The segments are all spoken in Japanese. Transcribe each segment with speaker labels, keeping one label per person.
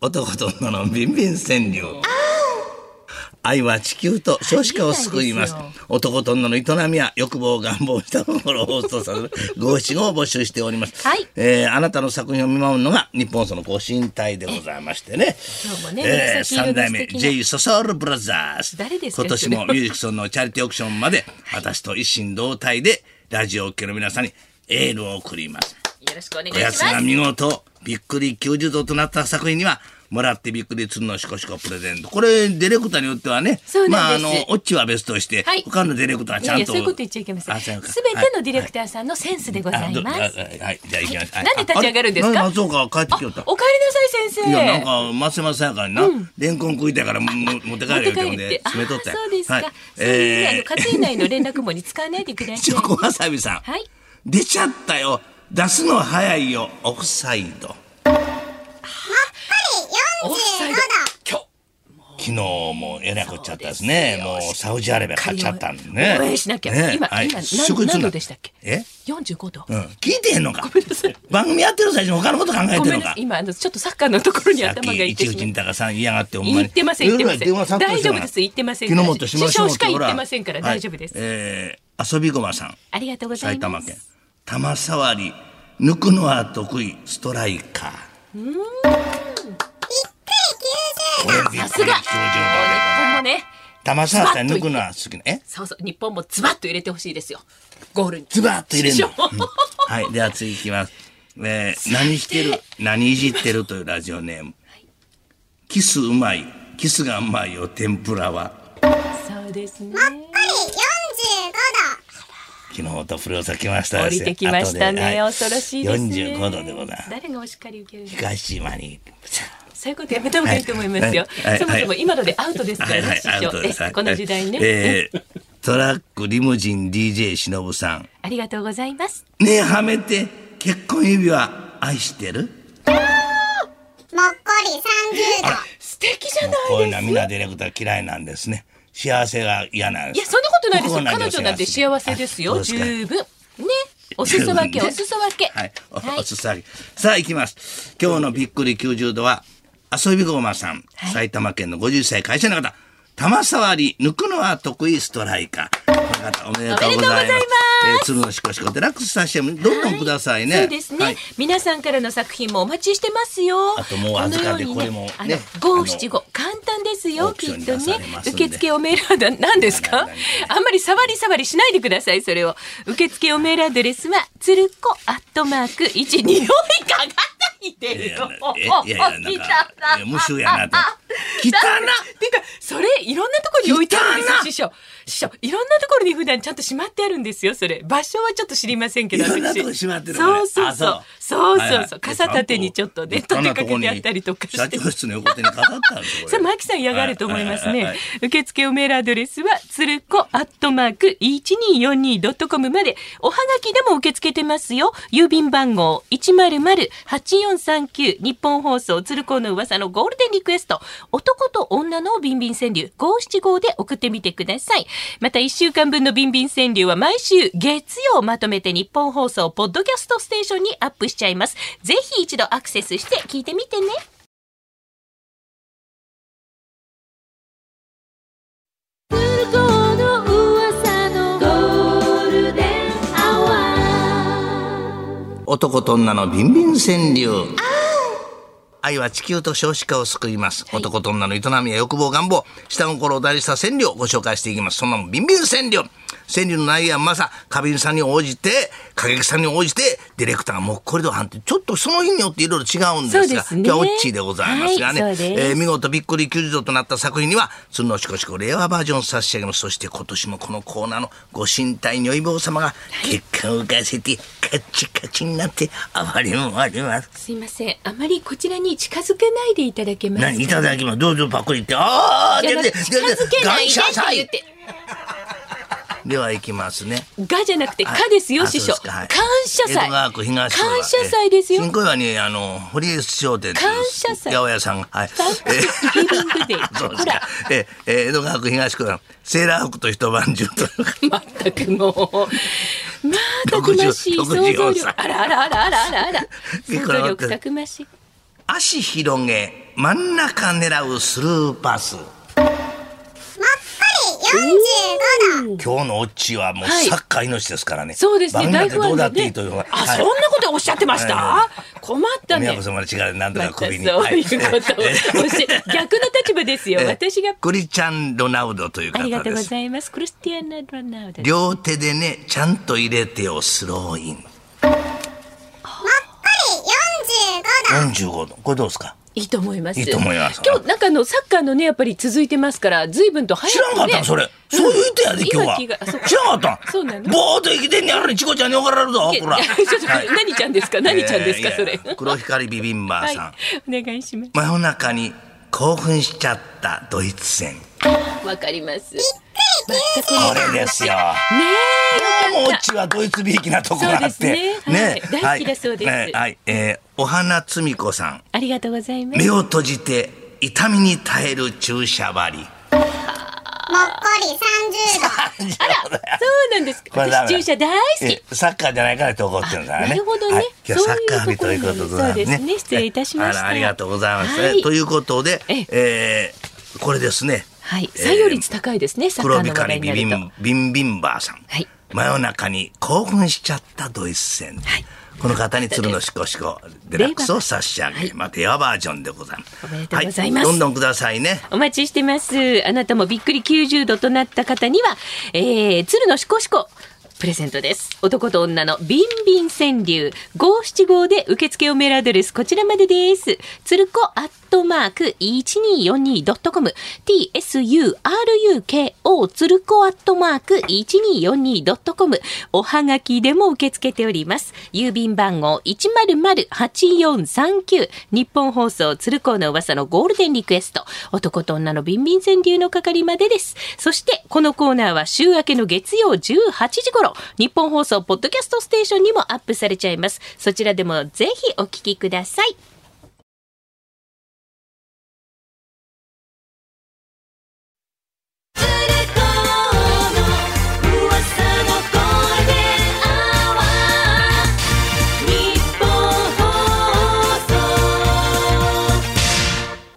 Speaker 1: 男と女のビンビン川柳。愛は地球と少子化を救います
Speaker 2: ありえないで。
Speaker 1: 男と女の営みや欲望、願望したところを放送させる五七五を募集しております。
Speaker 2: はい
Speaker 1: えーあなたの作品を見守るのが日本そのご神体でございましてね。
Speaker 2: 今日もね
Speaker 1: えー
Speaker 2: 紫色の
Speaker 1: 三代
Speaker 2: 素
Speaker 1: 目
Speaker 2: 敵な
Speaker 1: J ソソールブラザーズ。
Speaker 2: 誰ですか
Speaker 1: 今年もミュージックソンのチャリティーオークションまで、私と一心同体でラジオを聴ける皆さんにエールを送ります。
Speaker 2: よろしくお願い
Speaker 1: お
Speaker 2: し
Speaker 1: や
Speaker 2: ま
Speaker 1: つ
Speaker 2: す。
Speaker 1: が見事びっくり90度となった作品にはもらってびっくりするのしこしこプレゼントこれディレクターによってはね
Speaker 2: そう
Speaker 1: まあ
Speaker 2: な
Speaker 1: あ
Speaker 2: んで
Speaker 1: の
Speaker 2: す
Speaker 1: オッチは別として、
Speaker 2: はい
Speaker 1: 他のディレクターはいちゃ
Speaker 2: やい
Speaker 1: ん
Speaker 2: や
Speaker 1: と
Speaker 2: そういうこと言っちゃいけません。
Speaker 1: あそう
Speaker 2: す
Speaker 1: か
Speaker 2: べて
Speaker 1: は
Speaker 2: の
Speaker 1: い
Speaker 2: ディレクターさんのセンスでござ
Speaker 1: あ
Speaker 2: い
Speaker 1: ど
Speaker 2: ます。
Speaker 1: はいはいじゃあ行きましょうはい
Speaker 2: なんで立ち上がるんですか
Speaker 1: あれ松岡帰って
Speaker 2: あ
Speaker 1: きよった、
Speaker 2: お帰りなさい先生。
Speaker 1: いやなんか松山さやからな、レンコン食いたいからもも持って帰るよってほんで
Speaker 2: あ
Speaker 1: 詰めとって
Speaker 2: そうですか。
Speaker 1: は
Speaker 2: そう
Speaker 1: い
Speaker 2: いうあ
Speaker 1: え
Speaker 2: の家庭内の連絡網に使わないでくだ
Speaker 1: ー、
Speaker 2: さ
Speaker 1: チ
Speaker 2: い。
Speaker 1: ョコわさびさん、
Speaker 2: はい
Speaker 1: 出ちゃったよ出すの早いよオフサイド
Speaker 2: オフサイド今日
Speaker 1: 昨日もえらいこっちゃったですね。もうサウジアラビア買っちゃったんでね。
Speaker 2: 応援しなきゃ。
Speaker 1: ね
Speaker 2: 今、
Speaker 1: はい
Speaker 2: 今
Speaker 1: 祝
Speaker 2: 何
Speaker 1: 日な
Speaker 2: 何度でしたっけ？
Speaker 1: え
Speaker 2: 四十五度。
Speaker 1: うん。聞いてへんのか
Speaker 2: ごめんなさい。
Speaker 1: 番組やってる最中に他のこと考え
Speaker 2: ご
Speaker 1: て
Speaker 2: め
Speaker 1: る
Speaker 2: ん
Speaker 1: の
Speaker 2: なさ
Speaker 1: か
Speaker 2: い。今あのちょっとサッカーのところに
Speaker 1: さっ
Speaker 2: 頭が
Speaker 1: き
Speaker 2: いって
Speaker 1: 一
Speaker 2: しま
Speaker 1: 口に
Speaker 2: う。
Speaker 1: たかさん嫌がってお前
Speaker 2: 言ってません言ってませ
Speaker 1: 電話
Speaker 2: ん。
Speaker 1: 殺到
Speaker 2: 大
Speaker 1: して
Speaker 2: 丈夫
Speaker 1: もらう
Speaker 2: です言ってません。
Speaker 1: 昨日もっとしましょう
Speaker 2: 師匠しか
Speaker 1: ほ
Speaker 2: 言っ
Speaker 1: ら
Speaker 2: てませんから
Speaker 1: はい
Speaker 2: 大丈夫です。
Speaker 1: えー遊び駒さん
Speaker 2: ありがとうござい
Speaker 1: 埼
Speaker 2: ま
Speaker 1: 玉県
Speaker 2: す。
Speaker 1: 玉触り抜くのは得意ストライカー。これびっ
Speaker 2: さ
Speaker 1: く
Speaker 2: すが。もう
Speaker 1: り90度
Speaker 2: 日本もね、
Speaker 1: 玉触ったら抜くのは好きなえ
Speaker 2: そうそう日本もズバッと入れてほしいですよ。ゴールに。
Speaker 1: ズバッと入れん
Speaker 2: 師
Speaker 1: の
Speaker 2: 匠。
Speaker 1: はい、では次いきます。えー何してる、何いじってるというラジオネーム。キスうまい、キスがうまいよ、天ぷらは。
Speaker 2: そうですね。
Speaker 1: 昨日と不良さ来ました
Speaker 2: 降
Speaker 1: です
Speaker 2: り
Speaker 1: よ
Speaker 2: てきました
Speaker 1: 後で
Speaker 2: ね。
Speaker 1: は
Speaker 2: 恐ろしいですね。
Speaker 1: 45度でございます。
Speaker 2: 誰がお叱り受けるの
Speaker 1: 東島に。
Speaker 2: そういうことやめた方がいいと思いますよ
Speaker 1: はいはい。
Speaker 2: そもそも今のでアウトですか
Speaker 1: は
Speaker 2: ら
Speaker 1: いは
Speaker 2: ね、
Speaker 1: い
Speaker 2: 師、
Speaker 1: アウ
Speaker 2: 匠
Speaker 1: トです。は
Speaker 2: え
Speaker 1: い
Speaker 2: この時代ね。
Speaker 1: えートラック、リムジン、DJ、しのぶさん。
Speaker 2: ありがとうございます。
Speaker 1: ねえ、はめて、結婚指輪、愛してる
Speaker 3: もっこり30度。
Speaker 2: 素敵じゃ
Speaker 1: もうこう
Speaker 2: ないいうです
Speaker 1: のはみんなディレクター嫌いなんですね。幸せが嫌なん
Speaker 2: い
Speaker 1: で
Speaker 2: や、
Speaker 1: す。
Speaker 2: そんなことないですよ。
Speaker 1: 不幸
Speaker 2: 彼
Speaker 1: 女性
Speaker 2: 女なんて幸せですよ。
Speaker 1: あそうですか
Speaker 2: 十分。ね。お裾分け、お裾分け。
Speaker 1: はい。お
Speaker 2: はい
Speaker 1: おすそ分け。さあ、行きます。今日のびっくり90度は、遊びごまさん、
Speaker 2: はい
Speaker 1: 埼玉県の50歳会社員の方、玉触り、抜くのは得意ストライカー。この方おめでとう
Speaker 2: おめ
Speaker 1: ございます。
Speaker 2: でとうござい
Speaker 1: えー鶴のしこしこデラックスさせてもどんどんくださいね。
Speaker 2: そうですね、
Speaker 1: はい
Speaker 2: 皆さんからの作品もお待ちしてますよ。
Speaker 1: あともう預かって
Speaker 2: このように
Speaker 1: これも
Speaker 2: あの
Speaker 1: ね
Speaker 2: 五七五簡単です
Speaker 1: オ
Speaker 2: よ
Speaker 1: ーク
Speaker 2: き
Speaker 1: ション
Speaker 2: っ
Speaker 1: に
Speaker 2: と
Speaker 1: 出さ
Speaker 2: ね
Speaker 1: れますんで
Speaker 2: 受付をメールアドレス何です
Speaker 1: 何
Speaker 2: か
Speaker 1: 々
Speaker 2: あんまり触り触りしないでくださいそれを受付をメールアドレスはつるこアットマーク一二 四いかがない
Speaker 1: いや
Speaker 2: で
Speaker 1: いや
Speaker 2: よ。
Speaker 1: えいやいや、なんか、いや無臭やなと。汚な
Speaker 2: てかそれいろんなところに置いてあるんですよ
Speaker 1: 汚
Speaker 2: 師匠
Speaker 1: な
Speaker 2: 師匠いろんなところに普段ちゃんとしまってあるんですよそれ場所はちょっと知りませんけど
Speaker 1: いろんな
Speaker 2: 私
Speaker 1: とこしまってる
Speaker 2: そうそう
Speaker 1: あ
Speaker 2: そ
Speaker 1: そう
Speaker 2: うそう
Speaker 1: はい
Speaker 2: そ
Speaker 1: は
Speaker 2: う
Speaker 1: い
Speaker 2: そう傘立てにちょっとね
Speaker 1: 立
Speaker 2: 取って
Speaker 1: 派な
Speaker 2: か
Speaker 1: と
Speaker 2: け
Speaker 1: こに
Speaker 2: てあったりとかし
Speaker 1: 社
Speaker 2: て
Speaker 1: 長室の横手に飾ってあるんですよこ
Speaker 2: さ
Speaker 1: れ
Speaker 2: あマキさん嫌がると思います
Speaker 1: ははは
Speaker 2: ね
Speaker 1: い
Speaker 2: 受付をメールアドレスはつるこアットマーク 1242.com までおはがきでも受け付けてますよ郵便番号100-8439日本放送つるこの噂のゴールデンリクエスト男と女のビンビン川柳575で送ってみてくださいまた1週間分のビンビン川柳は毎週月曜まとめて日本放送ポッドキャストステーションにアップしちゃいますぜひ一度アクセスして聞いてみてねゴールデンアワー
Speaker 1: 男と女のビンビン川柳愛は地球と少子化を救います、男と女の営みや欲望願望下心を大事した川柳をご紹介していきますそんなもんビンビン川柳川柳の内容はまさ花瓶さんに応じて影木さんに応じてディレクターがもっこりと判定ちょっとその日によっていろいろ違うんですが
Speaker 2: そうですね
Speaker 1: 今日はオッチーでございますがね、
Speaker 2: はいそうです
Speaker 1: えー見事びっくり90度となった作品には「鶴のしこしこ令和バージョン」を差し上げますそして今年もこのコーナーのご神体女坊様が血管を浮かせてカチカチになって暴れ回ります。
Speaker 2: すいませんあまりこちらに近づけないでいただけます
Speaker 1: 何いただきますどうぞパクリってああ
Speaker 2: いや
Speaker 1: 出て
Speaker 2: 近づけないでって言って
Speaker 1: では行きますね
Speaker 2: がじゃなくてか
Speaker 1: はい
Speaker 2: ですよ
Speaker 1: あ
Speaker 2: 師
Speaker 1: そ
Speaker 2: 匠
Speaker 1: うですかはい
Speaker 2: 感謝
Speaker 1: 江戸
Speaker 2: 祭
Speaker 1: 川区東区は
Speaker 2: 感謝祭ですよ
Speaker 1: え新小岩にあの堀江商店という
Speaker 2: 感謝祭
Speaker 1: 八百屋さんがはい
Speaker 2: サンクスギビングデ ー
Speaker 1: そうで
Speaker 2: ほ
Speaker 1: すからええ江戸川区東区はセーラー服と一晩中と
Speaker 2: まったくもうまあたくましい想
Speaker 1: 60
Speaker 2: 像
Speaker 1: 64歳
Speaker 2: 力あらあらあらあらあらあら
Speaker 1: い
Speaker 2: 想
Speaker 1: くら
Speaker 2: 像
Speaker 1: だって
Speaker 2: 力たくましい
Speaker 1: 足広げ真ん中狙うスルーパス
Speaker 3: り45度。
Speaker 1: 今日のオッチはもう
Speaker 2: はい
Speaker 1: サッカー命ですからね、
Speaker 2: そうですね、
Speaker 1: 番なんてどうだ
Speaker 2: は
Speaker 1: っていいという、
Speaker 2: あ、
Speaker 1: はい
Speaker 2: そんなことおっしゃってました、
Speaker 1: は
Speaker 2: 困ったね。
Speaker 1: 宮古様の力で何と
Speaker 2: また
Speaker 1: か
Speaker 2: そうい
Speaker 1: 首
Speaker 2: う
Speaker 1: に、
Speaker 2: ことを、
Speaker 1: はい
Speaker 2: おっしゃ逆の立場ですよ。
Speaker 1: えー
Speaker 2: 私が。
Speaker 1: クリチャン・ロナウドという
Speaker 2: あ
Speaker 1: 方
Speaker 2: りがとう
Speaker 1: で
Speaker 2: ご
Speaker 1: す
Speaker 2: ざいます。クリスティアーナ・ロナウドです。
Speaker 1: 両手でねちゃんと入れてをスローイン
Speaker 3: もっこり45度。
Speaker 1: 45度これどうですか
Speaker 2: いいと思います。
Speaker 1: いいと思います
Speaker 2: 今日、なんかあの、サッカーのね、やっぱり続いてますから、随分と早く、
Speaker 1: 知
Speaker 2: ね。
Speaker 1: らんかったんそれ、そういう人やで今
Speaker 2: 今
Speaker 1: 日
Speaker 2: 気が
Speaker 1: は
Speaker 2: あそう
Speaker 1: 知らんかったん
Speaker 2: そうなの
Speaker 1: ぼーっと生きてんねやろにチコちゃんに怒られるぞ
Speaker 2: え
Speaker 1: ほ ら
Speaker 2: ちょっと、何ちゃんですか何ちゃんですか、
Speaker 1: えー
Speaker 2: それ
Speaker 1: い。や黒光ビビンバー
Speaker 2: はい
Speaker 1: さん、。
Speaker 2: お願いしま
Speaker 1: 真夜中に興奮しちゃったドイツ戦
Speaker 2: す。わかります。ね
Speaker 1: これですよ
Speaker 2: え。
Speaker 1: もううちはドイツびいきなとこがあっ
Speaker 2: そうで
Speaker 1: て
Speaker 2: すねはい大好きだそうです
Speaker 1: はいねはいえーお花つみこさん
Speaker 2: ありがとうございます。
Speaker 1: 目を閉じて痛みに耐える注射針
Speaker 3: もっこり30度。
Speaker 2: そうなんです。
Speaker 1: これ
Speaker 2: 私
Speaker 1: ダメだ
Speaker 2: 注射大好き
Speaker 1: え。サッカーじゃないからって怒ってるんだね。
Speaker 2: なるほどね
Speaker 1: はい今日
Speaker 2: そ
Speaker 1: サ
Speaker 2: う
Speaker 1: ッ
Speaker 2: いう
Speaker 1: カー日ということでございます
Speaker 2: ところなんで
Speaker 1: ね。
Speaker 2: すそうですね失礼いたしました
Speaker 1: えあらありがとうございます。
Speaker 2: はい
Speaker 1: えということで、
Speaker 2: え
Speaker 1: えーこれですね。
Speaker 2: はい。採用率高いですね、サッカ
Speaker 1: 黒
Speaker 2: ーの話
Speaker 1: 光
Speaker 2: 題に
Speaker 1: ビ
Speaker 2: な
Speaker 1: ビ
Speaker 2: ると。
Speaker 1: ンビンビンバーさん、
Speaker 2: はい
Speaker 1: 真夜中に興奮しちゃったドイツ戦、
Speaker 2: はい
Speaker 1: この方に鶴のしこしこデラックスを差し上
Speaker 2: は
Speaker 1: げ
Speaker 2: い
Speaker 1: またエアバージョンでございます
Speaker 2: おめでとうございます
Speaker 1: どんどんくださいね
Speaker 2: お待ちしてます。あなたもびっくり90度となった方には、えー、鶴のしこしこ。プレゼントです。男と女のビンビン川柳575で受付をメールアドレスこちらまでです。つるこアットマーク一二四二ドットコム T S U R U K O つるこアットマーク一二四二ドットコムおはがきでも受け付けております。郵便番号一0 0 8 4 3 9日本放送鶴光の噂のゴールデンリクエスト男と女のビンビン川柳の係までですそしてこのコーナーは週明けの月曜18時頃日本放送ポッドキャストステーションにもアップされちゃいますそちらでもぜひお聞きください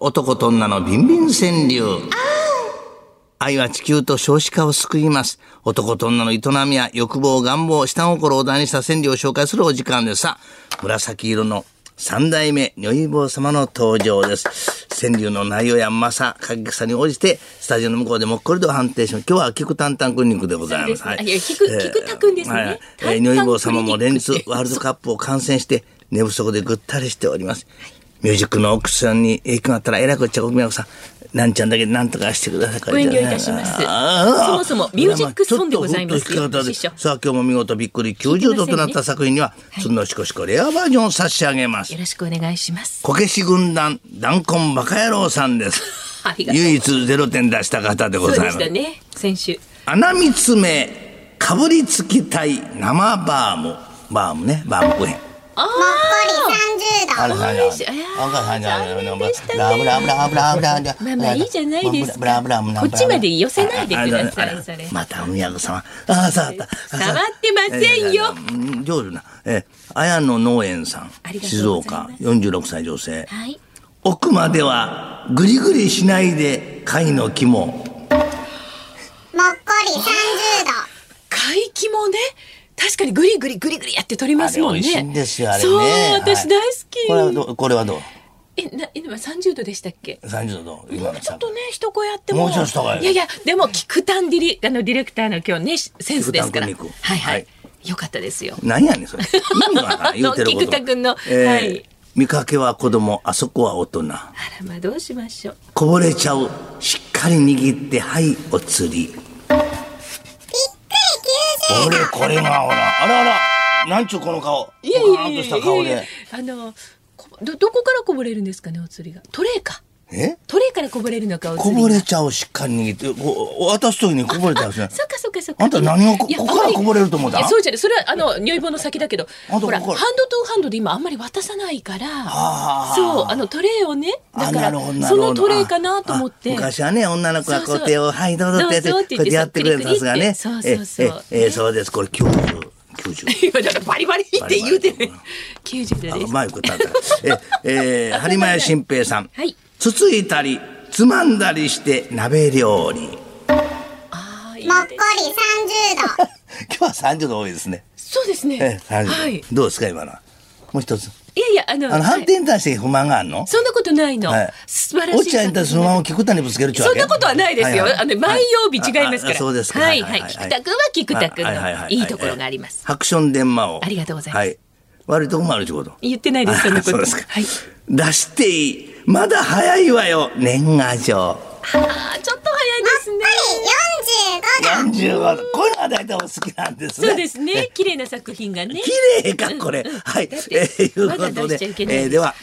Speaker 1: 男と女のビンビン川柳愛は地球と少子化を救います。男と女の営みや欲望、願望、下心を題にした川柳を紹介するお時間です。さあ、紫色の三代目女優坊様の登場です。川柳の内容やまさ、過激さに応じて、スタジオの向こうでもっこりと判定します。今日は菊タンタンクリニックでございます。
Speaker 2: そうですね
Speaker 1: はい
Speaker 2: いや菊菊田君ですね
Speaker 1: はいはいえ
Speaker 2: タンタンクリ
Speaker 1: ー
Speaker 2: ニック
Speaker 1: 女優坊様も連日
Speaker 2: って
Speaker 1: ワールドカップを観戦して、寝不足でぐったりしております。ミュージックの奥さんに影響があったら、えらくちゃごみやこさん、なんちゃんだけなんとかしてください。
Speaker 2: ご遠慮いたします
Speaker 1: あー
Speaker 2: そもそもミュージックソンでございますよ
Speaker 1: ちょっとふっと
Speaker 2: 師匠
Speaker 1: 光ったでさあ今日も見事びっくり90度となった作品には、そのしこしこレアバージョンを差し上げます
Speaker 2: よ。ろしくお願いします
Speaker 1: こけし軍団、弾痕バカ野郎さんです。
Speaker 2: ありがとう
Speaker 1: 唯一ゼロ点出した方でご
Speaker 2: そう
Speaker 1: ざい
Speaker 2: で
Speaker 1: ま
Speaker 2: した
Speaker 1: す。
Speaker 2: ね先週
Speaker 1: 穴見つめ、かぶりつきたい生バーム。バームね、バームクーヘン。
Speaker 2: あ
Speaker 3: もっこり30度。
Speaker 1: あれ
Speaker 2: お
Speaker 1: さん
Speaker 2: いしいあー残念でしたねまあまあいいじゃないですかこっちまで寄せないでくださいそれ
Speaker 1: またお宮子様。ああ、触った。
Speaker 2: 触ってませんよ
Speaker 1: えー。うん上手な。えー、綾野農園さん
Speaker 2: あり。が
Speaker 1: 静
Speaker 2: とうござい
Speaker 1: 岡
Speaker 2: ます、
Speaker 1: 46歳女性。
Speaker 2: はい
Speaker 1: 奥までは、ぐりぐりしないで、貝の肝。
Speaker 3: もっこり30度。
Speaker 2: 怪奇もね確かにグリグリグリグリやって取りますもんね
Speaker 1: あれ美味しいんですよあれね
Speaker 2: そう
Speaker 1: はい
Speaker 2: 私大好き、
Speaker 1: これはどう、これはどう
Speaker 2: えな今30度でしたっけ
Speaker 1: ?30 度どう今の
Speaker 2: ちょ
Speaker 1: さ
Speaker 2: っとね一声やっても
Speaker 1: もうちょっとした方がいい
Speaker 2: いやいやでも菊丹ディレあのディレクターの今日ねセンスですからはい
Speaker 1: 菊田君に行く
Speaker 2: はい、
Speaker 1: はい
Speaker 2: よかったですよ
Speaker 1: 何やねん、それ。意味わからん、言 うてること。
Speaker 2: 菊田君の
Speaker 1: えー
Speaker 2: はい
Speaker 1: 見かけは子供、あそこは大人。
Speaker 2: あらまあどうしましょう
Speaker 1: こぼれちゃうしっかり握ってはいお釣り
Speaker 3: びっくり90度。
Speaker 1: 俺これがほらあらあらなんちゅうこの顔
Speaker 2: いやいやいやいや
Speaker 1: バーンとした顔
Speaker 2: いや
Speaker 1: で
Speaker 2: あのこぼどどこからこぼれるんですかねお釣りがトレーか
Speaker 1: え
Speaker 2: トレーからこぼれるのかお
Speaker 1: こ
Speaker 2: 釣りが
Speaker 1: ぼれちゃうしっかり握ってこ渡す時にこぼれちゃうし ね
Speaker 2: そっかそっかそっか。
Speaker 1: あんた何をこ
Speaker 2: いや
Speaker 1: ここからこぼれると思っ
Speaker 2: い
Speaker 1: た
Speaker 2: やそうじゃない。それはあの如意棒の先だけど、
Speaker 1: あんた
Speaker 2: ほら
Speaker 1: こ
Speaker 2: ハンド
Speaker 1: こから
Speaker 2: トゥハンドで今あんまり渡さないから
Speaker 1: あ、ー
Speaker 2: そうあのトレーをね、だ
Speaker 1: あ
Speaker 2: か
Speaker 1: な
Speaker 2: ら
Speaker 1: るほどなる
Speaker 2: そ
Speaker 1: ほ
Speaker 2: の
Speaker 1: ど
Speaker 2: トレーかなと思っ
Speaker 1: あ
Speaker 2: て。
Speaker 1: 昔はね女の子はこ
Speaker 2: そう
Speaker 1: う
Speaker 2: そう
Speaker 1: 手を「はいどうぞ」ってやって
Speaker 2: ど
Speaker 1: こ
Speaker 2: うぞって言っ
Speaker 1: うや
Speaker 2: て
Speaker 1: ってやってくれるさすがね
Speaker 2: そうそうそう
Speaker 1: ええええ
Speaker 2: ね
Speaker 1: そうですこれ90 90
Speaker 2: 今だからバリバリって 言うてね。九十度
Speaker 1: あ
Speaker 2: です。
Speaker 1: 前食ったんだええー播磨屋新平さん
Speaker 2: はい
Speaker 1: つついたりつまんだりして鍋料理
Speaker 2: ああ、いい
Speaker 3: もっこ
Speaker 2: で
Speaker 3: り
Speaker 2: す。
Speaker 3: 30度。
Speaker 1: 今日は30度多いですね、
Speaker 2: そうですね。
Speaker 1: ええ30度、
Speaker 2: はい。い
Speaker 1: どうですか今のはもう一つ
Speaker 2: やいや、あの、
Speaker 1: あの
Speaker 2: はい
Speaker 1: 判定に対して不満があるの、
Speaker 2: そんなことないの。素晴らしい。
Speaker 1: 落合に対してそのまま菊田にぶつけるちゅうわ
Speaker 2: そん
Speaker 1: け
Speaker 2: なことはないですよ。
Speaker 1: はは
Speaker 2: あの毎曜日違いますか
Speaker 1: ああ
Speaker 2: ら。
Speaker 1: そうですか
Speaker 2: はいはい。菊田君は菊田君
Speaker 1: はいはいはいは
Speaker 2: のいいところがあります。
Speaker 1: ハクション電話を
Speaker 2: ありがとうございます
Speaker 1: はい、悪いとこもあるちゅうこと
Speaker 2: 言ってないですそんなこ
Speaker 1: あそ
Speaker 2: と。
Speaker 1: うですか
Speaker 2: はい。
Speaker 1: 出していいまだ早いわよ年賀
Speaker 2: あ
Speaker 1: 状
Speaker 2: あちょっと早い です ね。
Speaker 3: 45度。
Speaker 1: 45度こういうのが大体お好きなんですね
Speaker 2: そうですね。綺麗な作品がね。
Speaker 1: 綺麗かこれ、
Speaker 2: うんうん
Speaker 1: はい、
Speaker 2: だって
Speaker 1: えーいう
Speaker 2: ま
Speaker 1: こ
Speaker 2: だ
Speaker 1: と
Speaker 2: 出
Speaker 1: で
Speaker 2: しちゃいけない
Speaker 1: えーでは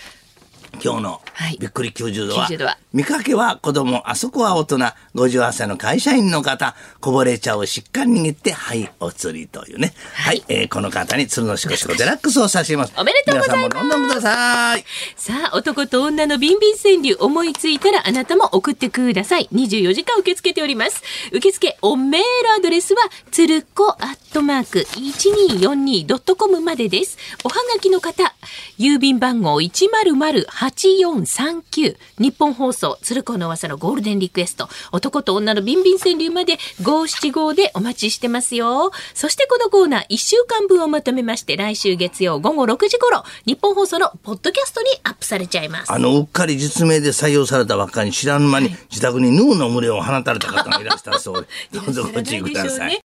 Speaker 1: 今日の
Speaker 2: はい
Speaker 1: びっくり90度は,、
Speaker 2: 90度は
Speaker 1: 見かけは子供あそこは大人58歳の会社員の方こぼれ茶をしっかり握ってはいお釣りというねはい、えーこの方に鶴のしこしこデラックスを差し上げます
Speaker 2: おめでとうございます
Speaker 1: 皆さんもどんどんください
Speaker 2: さあ、男と女のビンビン川柳思いついたらあなたも送ってください。24時間受け付けております。受付、おメールアドレスは、つるこアットマーク 1242.com までです。おはがきの方、郵便番号100-8439、日本放送、つるこの噂のゴールデンリクエスト、男と女のビンビン川柳まで575でお待ちしてますよ。そしてこのコーナー、1週間分をまとめまして、来週月曜午後6時頃、日本放送のポッドキャストにアップされちゃいます。
Speaker 1: あのうっかり実名で採用されたばっ かりに知らぬ間に自宅にヌーの群れを放たれた方がいらしたそうでどうぞご注意ください。